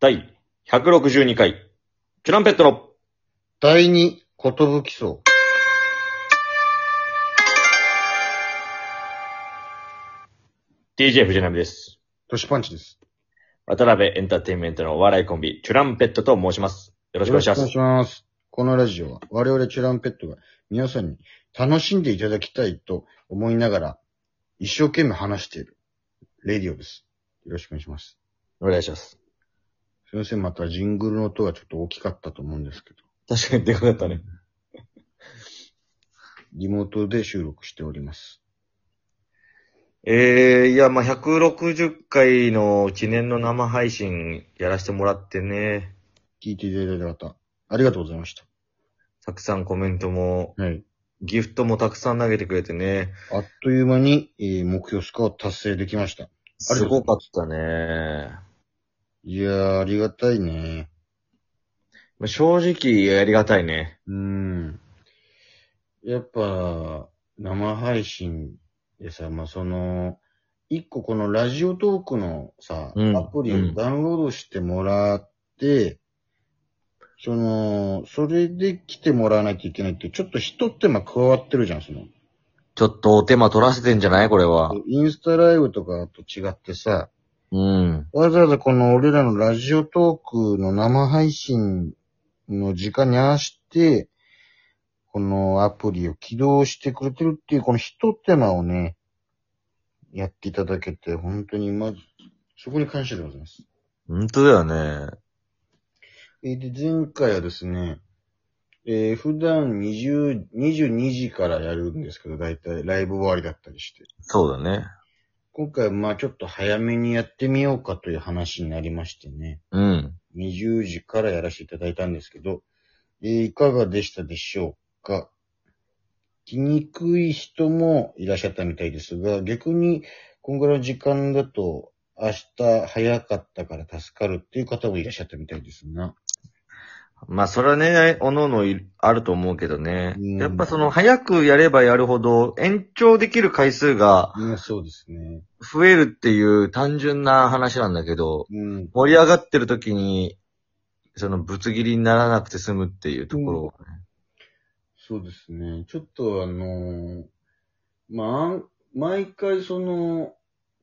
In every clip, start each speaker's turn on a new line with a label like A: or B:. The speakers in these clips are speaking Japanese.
A: 第162回、チュランペットの、
B: 第二、ことぶきそう。
A: DJ 藤波です。
B: トシパンチです。
A: 渡辺エンターテインメントのお笑いコンビ、チュランペットと申します。よろしくお願いしま
B: よろ
A: す
B: し。くお願いします。このラジオは、我々チュランペットが皆さんに楽しんでいただきたいと思いながら、一生懸命話している、レディオです。よろしくお願いします。
A: お願いします。
B: すいません、またジングルの音がちょっと大きかったと思うんですけど、
A: 確かにでかかったね。
B: リモートで収録しております。
A: えー、いや、まあ、160回の記念の生配信やらせてもらってね、
B: 聞いていただいた方、ありがとうございました。
A: たくさんコメントも、
B: はい。
A: ギフトもたくさん投げてくれてね、
B: あっという間に、えー目標スコアを達成できました。あり
A: す
B: がと
A: ご
B: う
A: か
B: ご
A: ったね。
B: いやー、ありがたいね。
A: まあ正直、やりがたいね。
B: うん。やっぱ、生配信でさ、まあ、その、一個このラジオトークのさ、
A: うん
B: アプリ
A: う
B: を
A: ん
B: ダウンロードしてもらって、その、それで来てもらわないといけないって、ちょっと一手間加わってるじゃん、その。
A: ちょっとお手間取らせてんじゃないこれは。
B: インスタライブとかと違ってさ、
A: うん。
B: わざわざこの俺らのラジオトークの生配信の時間に合わせて、このアプリを起動してくれてるっていう、この一手間をね、やっていただけて、本当にまず、そこに感謝でございます。
A: 本当だよね。
B: えーで、前回はですね、えー普段20、22時からやるんですけど、だいたいライブ終わりだったりして。
A: そうだね。
B: 今回はまあちょっと早めにやってみようかという話になりましてね。
A: うん。
B: 20時からやらせていただいたんですけど、えーいかがでしたでしょうか来にくい人もいらっしゃったみたいですが、逆に、今後の時間だと、明日早かったから助かるっていう方もいらっしゃったみたいですな。
A: まあ、それはね、おのおのいあると思うけどね。
B: うん
A: やっぱその、早くやればやるほど、延長できる回数が
B: うん、そうですね。
A: 増えるっていう単純な話なんだけど、
B: うん。
A: 盛り上がってる時に、その、ぶつ切りにならなくて済むっていうところ、
B: そうですね。ちょっとあのーまあ、毎回その、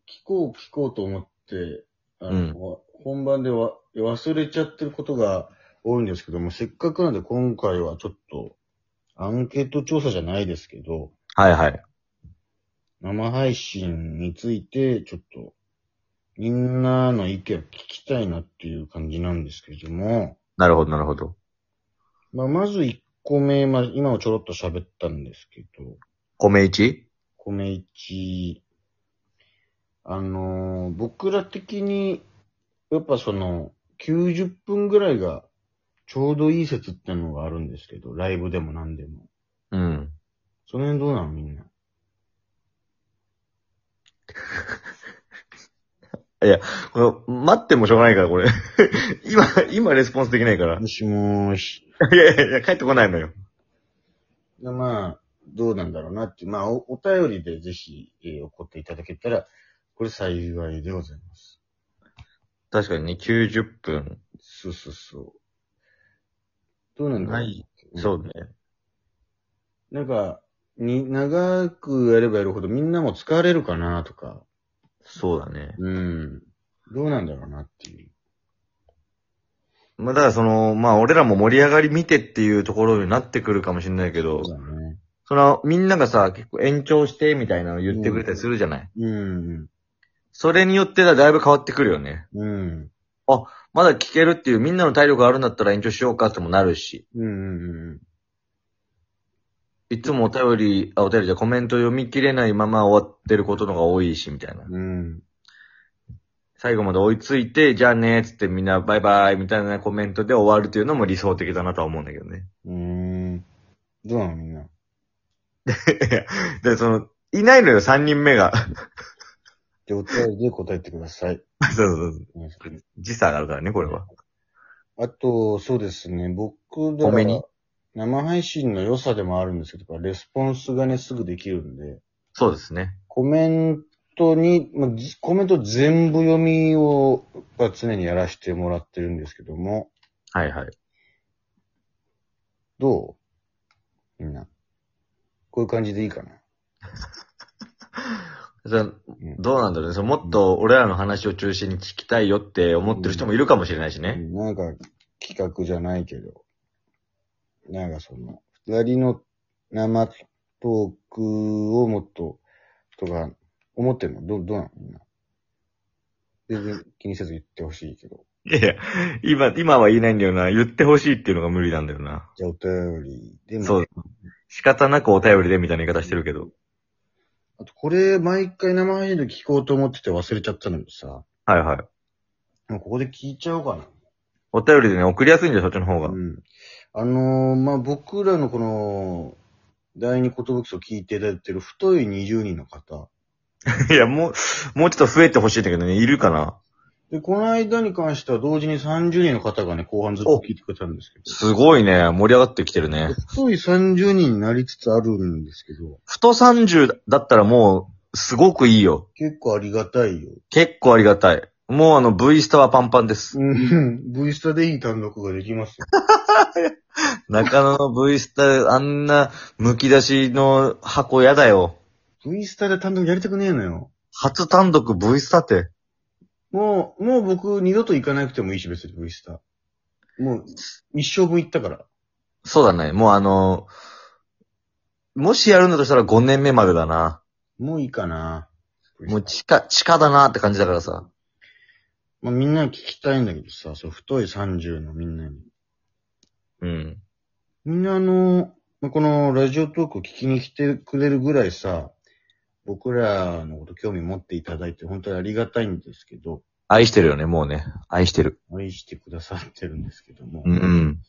B: 聞こう聞こうと思って、あの、本番では忘れちゃってることが多いんですけども、せっかくなんで今回はちょっと、アンケート調査じゃないですけど、
A: はいはい。
B: 生配信について、ちょっと、みんなの意見を聞きたいなっていう感じなんですけども、
A: なるほど、なるほど。
B: まあ、まず1個目、まあ、今もちょろっと喋ったんですけど、
A: 米一
B: 米一、あのー僕ら的に、やっぱその、90分ぐらいがちょうどいい説ってのがあるんですけど、ライブでも何でも。
A: うん。
B: その辺どうなのみんな。
A: これ、待ってもしょうがないから、これ。 今、今レスポンスできないから。
B: もしもーし。
A: いやいやいや、帰ってこないのよ。
B: でまあ、どうなんだろうなって、まあ、おお便りでぜひ、えー、送っていただけたら、これ幸いでございます。
A: 確かにね、90分。
B: そうそうそう。どうなんだろう。
A: ないそうね。
B: なんか、に、長くやればやるほどみんなも使われるかなとか、
A: そうだね。
B: うん。どうなんだろうなっていう。
A: まあだからその、まあ俺らも盛り上がり見てっていうところになってくるかもしれないけど、
B: そうだね。
A: そのみんながさ、結構延長してみたいなの言ってくれたりするじゃない、
B: うん。
A: それによってだだいぶ変わってくるよね。
B: うん。
A: まだ聞けるっていうみんなの体力があるんだったら延長しようかってもなるし、
B: うん。うん。
A: いつもお便り、あ、お便りじゃコメント読み切れないまま終わってることのが多いし、みたいな。
B: うん。
A: 最後まで追いついて、じゃあねーっつってみんなバイバイみたいなコメントで終わるというのも理想的だなとは思うんだけどね。
B: うん。どうなのみんな。
A: で、その、いないのよ、3人目が。
B: で、お便りで答えてください。
A: そうそうそう。
B: お願いします
A: 時差があるからね、これは。
B: あと、そうですね。僕だ
A: 多めに
B: ら、生配信の良さでもあるんですけど、レスポンスがね、すぐできるんで、
A: そうですね。
B: コメン当に、まあ、じコメント全部読みを、は常にやらせてもらってるんですけども、
A: はいはい。
B: どうみんな。こういう感じでいいかな。
A: じゃあ
B: ん
A: どうなんだろうね。そのもっと俺らの話を中心に聞きたいよって思ってる人もいるかもしれないしね。
B: なんか、企画じゃないけど、なんかその、二人の生トークをもっと、とか、思ってるのどう、どうなのみんな。全然気にせず言ってほしいけど。
A: いやいや、今、今は言えないんだよな。言ってほしいっていうのが無理なんだよな。
B: じゃあお便りでも、
A: そう。仕方なくお便りでみたいな言い方してるけど。
B: あとこれ、毎回生配信で聞こうと思ってて忘れちゃったのにさ、
A: はいはい。
B: もうここで聞いちゃおうかな。
A: お便りでね、送りやすいんだよ、そっちの方が。
B: うん。あのーまあ、僕らのこの、第二言武器を聞いていただいてる太い20人の方。
A: いや、もう、もうちょっと増えてほしいんだけどね、いるかな。
B: で、この間に関しては同時に30人の方がね、後半ずっと聞いてくれたんですけ
A: すごいね、盛り上がってきてるね
B: ど。。太い30人になりつつあるんですけど、
A: 太30だったらもう、すごくいいよ。
B: 結構ありがたいよ。
A: 結構ありがたい。もうあの、V スタはパンパンです。
B: うん。V スタでいい単独ができますよ。
A: 中野の V スタ、あんな、剥き出しの箱やだよ。
B: V スタで単独やりたくねえのよ。
A: 初単独 V スタって。
B: もう、もう僕二度と行かなくてもいいし、別に V スタ。もう、一生分行ったから。
A: そうだね、もうあの、もしやるんだとしたら5年目までだな。
B: もういいかな。
A: もう地下、地下だなって感じだからさ。
B: まあ、みんなに聞きたいんだけどさ、そう、太い30のみんなに。
A: うん。
B: みんなあの、まあ、このラジオトークを聞きに来てくれるぐらいさ、僕らのこと興味持っていただいて本当にありがたいんですけど、
A: 愛してるよね、もうね。愛してる。
B: 愛してくださってるんですけども、
A: うんうん。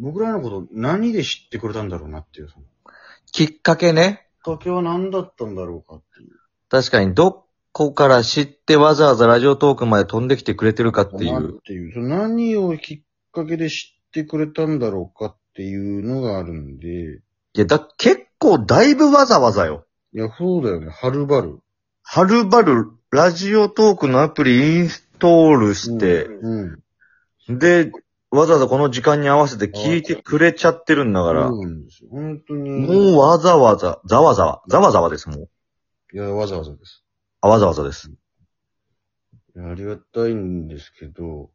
B: 僕らのこと何で知ってくれたんだろうなっていう、その、き
A: きっかけね。
B: っかけは何だったんだろうかっていう。
A: 確かに、どこから知ってわざわざラジオトークまで飛んできてくれてるかってい
B: な
A: う。
B: っていう、その何をきっかけで知ってくれたんだろうかっていうのがあるんで、
A: いや、だ、結構だいぶわざわざよ。
B: いや、そうだよね、はるばる。
A: はるばる、ラジオトークのアプリインストールして、
B: うん。
A: で、わざわざこの時間に合わせて聞いてくれちゃってるんだから、
B: そうなんですよ。本当に。
A: もうわざわざ、ざわざわ、ざわざわです、もう。
B: いや、わざわざです。
A: あ、わざわざです。
B: いやありがたいんですけど、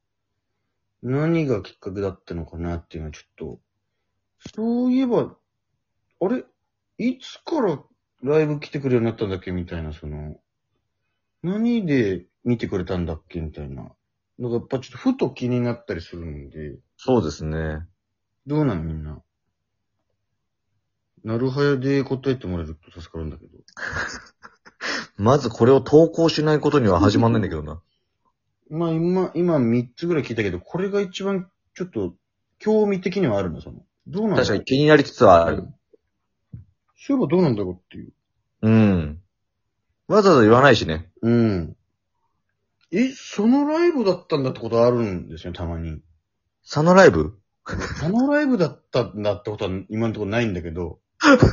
B: 何がきっかけだったのかなっていうのはちょっと、そういえば、あれいつからライブ来てくれるようになったんだっけみたいな、その、何で見てくれたんだっけみたいな。なんかやっぱちょっとふと気になったりするんで、
A: そうですね。
B: どうなのみんな。なるはやで答えてもらえると助かるんだけど。
A: まずこれを投稿しないことには始まんないんだけどな。
B: まあ今、今3つぐらい聞いたけど、これが一番ちょっと興味的にはあるの、その。どうなんだろう
A: 確かに気になりつつはある。
B: そういえばどうなんだろうっていう。
A: うん。わざわざ言わないしね。
B: うん。え、そのライブだったんだってことあるんですよ、たまに。
A: サノライブ
B: そのライブだったんだってことは今のところないんだけど。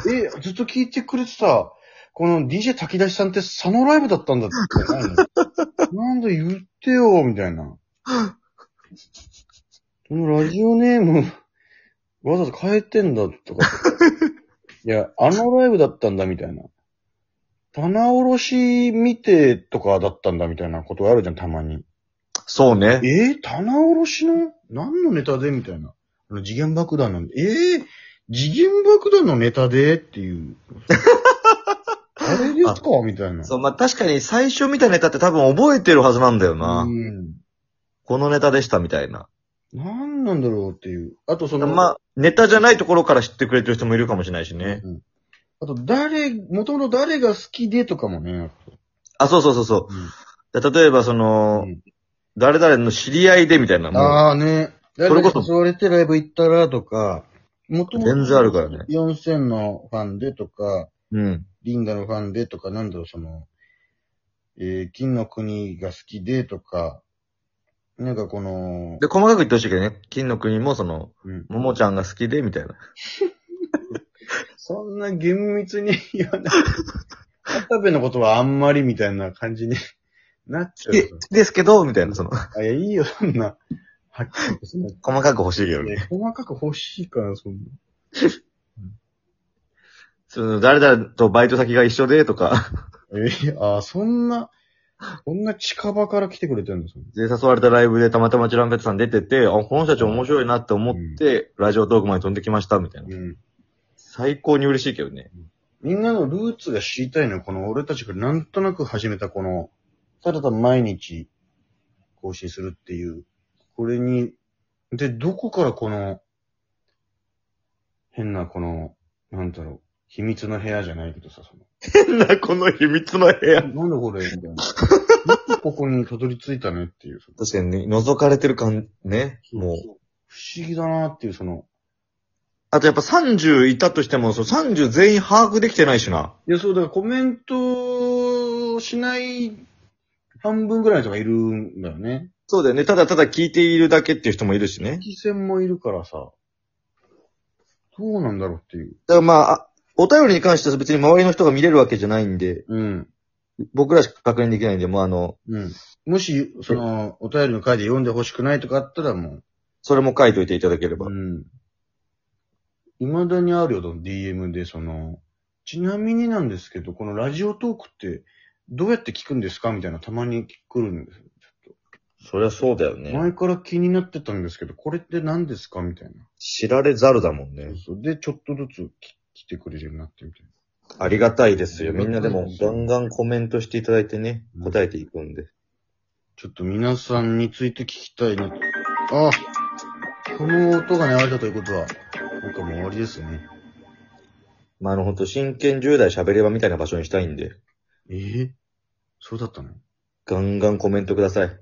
B: え、ずっと聞いてくれてた、この DJ 滝出しさんってそのライブだったんだってないのなんだ言ってよ、みたいな。このラジオネーム、わざわざ変えてんだとか。いや、あのライブだったんだ、みたいな。棚卸し見てとかだったんだ、みたいなことあるじゃん、たまに。
A: そうね。
B: えー、棚卸しの何のネタでみたいな。あの次元爆弾の、えー、次元爆弾のネタでっ ていう。あれですかみたいな。
A: そう、まあ、確かに最初見たネタって多分覚えてるはずなんだよな。
B: うん。
A: このネタでしたみたいな。
B: 何なんだろうっていう。あとその、
A: まあ、ネタじゃないところから知ってくれてる人もいるかもしれないしね。
B: うんあと誰、元々誰が好きでとかもね。
A: あ、そうそうそうそうだ。例えば、その、
B: うん
A: 誰々の知り合いでみたいな、も
B: ああね。
A: そ
B: 誰
A: れこ
B: が
A: そ
B: 誘われてライブ行ったらとか、元
A: う、全然あるからね。
B: 4000のファンでとか、
A: うん。
B: リンダのファンでとか、なんだろう、その、えー、金の国が好きでとか、なんかこの、
A: で、細かく言ってほしいけどね。金の国も、その、
B: うん、
A: ももちゃんが好きで、みたいな。
B: そんな厳密に言わない。田辺のことはあんまりみたいな感じに なっちゃう
A: で
B: か
A: ですけど、みたいな、その、
B: ら。あ、いや、いいよ、そんな。はっきりとそんな
A: 細かく欲しいけどね。
B: ね細かく欲しいから、そんな。
A: その、誰々とバイト先が一緒で、とか、
B: えあ、そんな、こんな近場から来てくれてるんですよ。
A: で、誘われたライブでたまたまチュランペットさん出てて、あ、この人たち面白いなって思って、ラジオトークまで飛んできました、みたいな。
B: うん。
A: 最高に嬉しいけどね。
B: みんなのルーツが知りたいのよ。この俺たちがなんとなく始めたこの、ただただ毎日更新するっていう。これに、で、どこからこの、変なこの、なんだろう、秘密の部屋じゃないけどさ、その。
A: 変な、この秘密の部屋。
B: なんでこれみたいな。よくここにたどり着いたねっていう。
A: 確かにね、覗かれてる感、ね。もう。
B: 不思議だなっていう、その。
A: あとやっぱ30いたとしても、その30全員把握できてないしな。
B: いや、そう、だからコメントしない半分ぐらいの人がいるんだよね。
A: そうだよね。ただただ聞いているだけっていう人もいるしね。
B: 危線もいるからさ、どうなんだろうっていう。
A: だからまあ、あお便りに関しては別に周りの人が見れるわけじゃないんで、
B: うん。
A: 僕らしか確認できないんで、もうあの、
B: うん。もし、その、お便りの回で読んでほしくないとかあったらも
A: それも書いといていただけれ
B: う、
A: ば。
B: うん。未だにあるよ、DM で、その、ちなみになんですけど、このラジオトークって、どうやって聞くんですかみたいな、たまに来るんですよ。ちょっ
A: そりゃそうだよ
B: と。前。から気になってたんですけど、これって何ですかみたいな。
A: 知られざるだもんね
B: そうそうで、ちょっとずつき来てくれるようになってみたいな。
A: ありがたいですよ。みんなで
B: あ
A: も
B: りがたいです
A: ガ
B: よ
A: ンガンコメントしていただいてね
B: う、ん
A: 答えていくんで。
B: ちょっと皆さんについて聞きたいな。あこの音が流れたということは、なんかもう終わりですね。
A: まあ、あの、ほんと真剣10代喋ればみたいな場所にしたいんで、
B: ええそうだったの
A: ガンガンコメントください。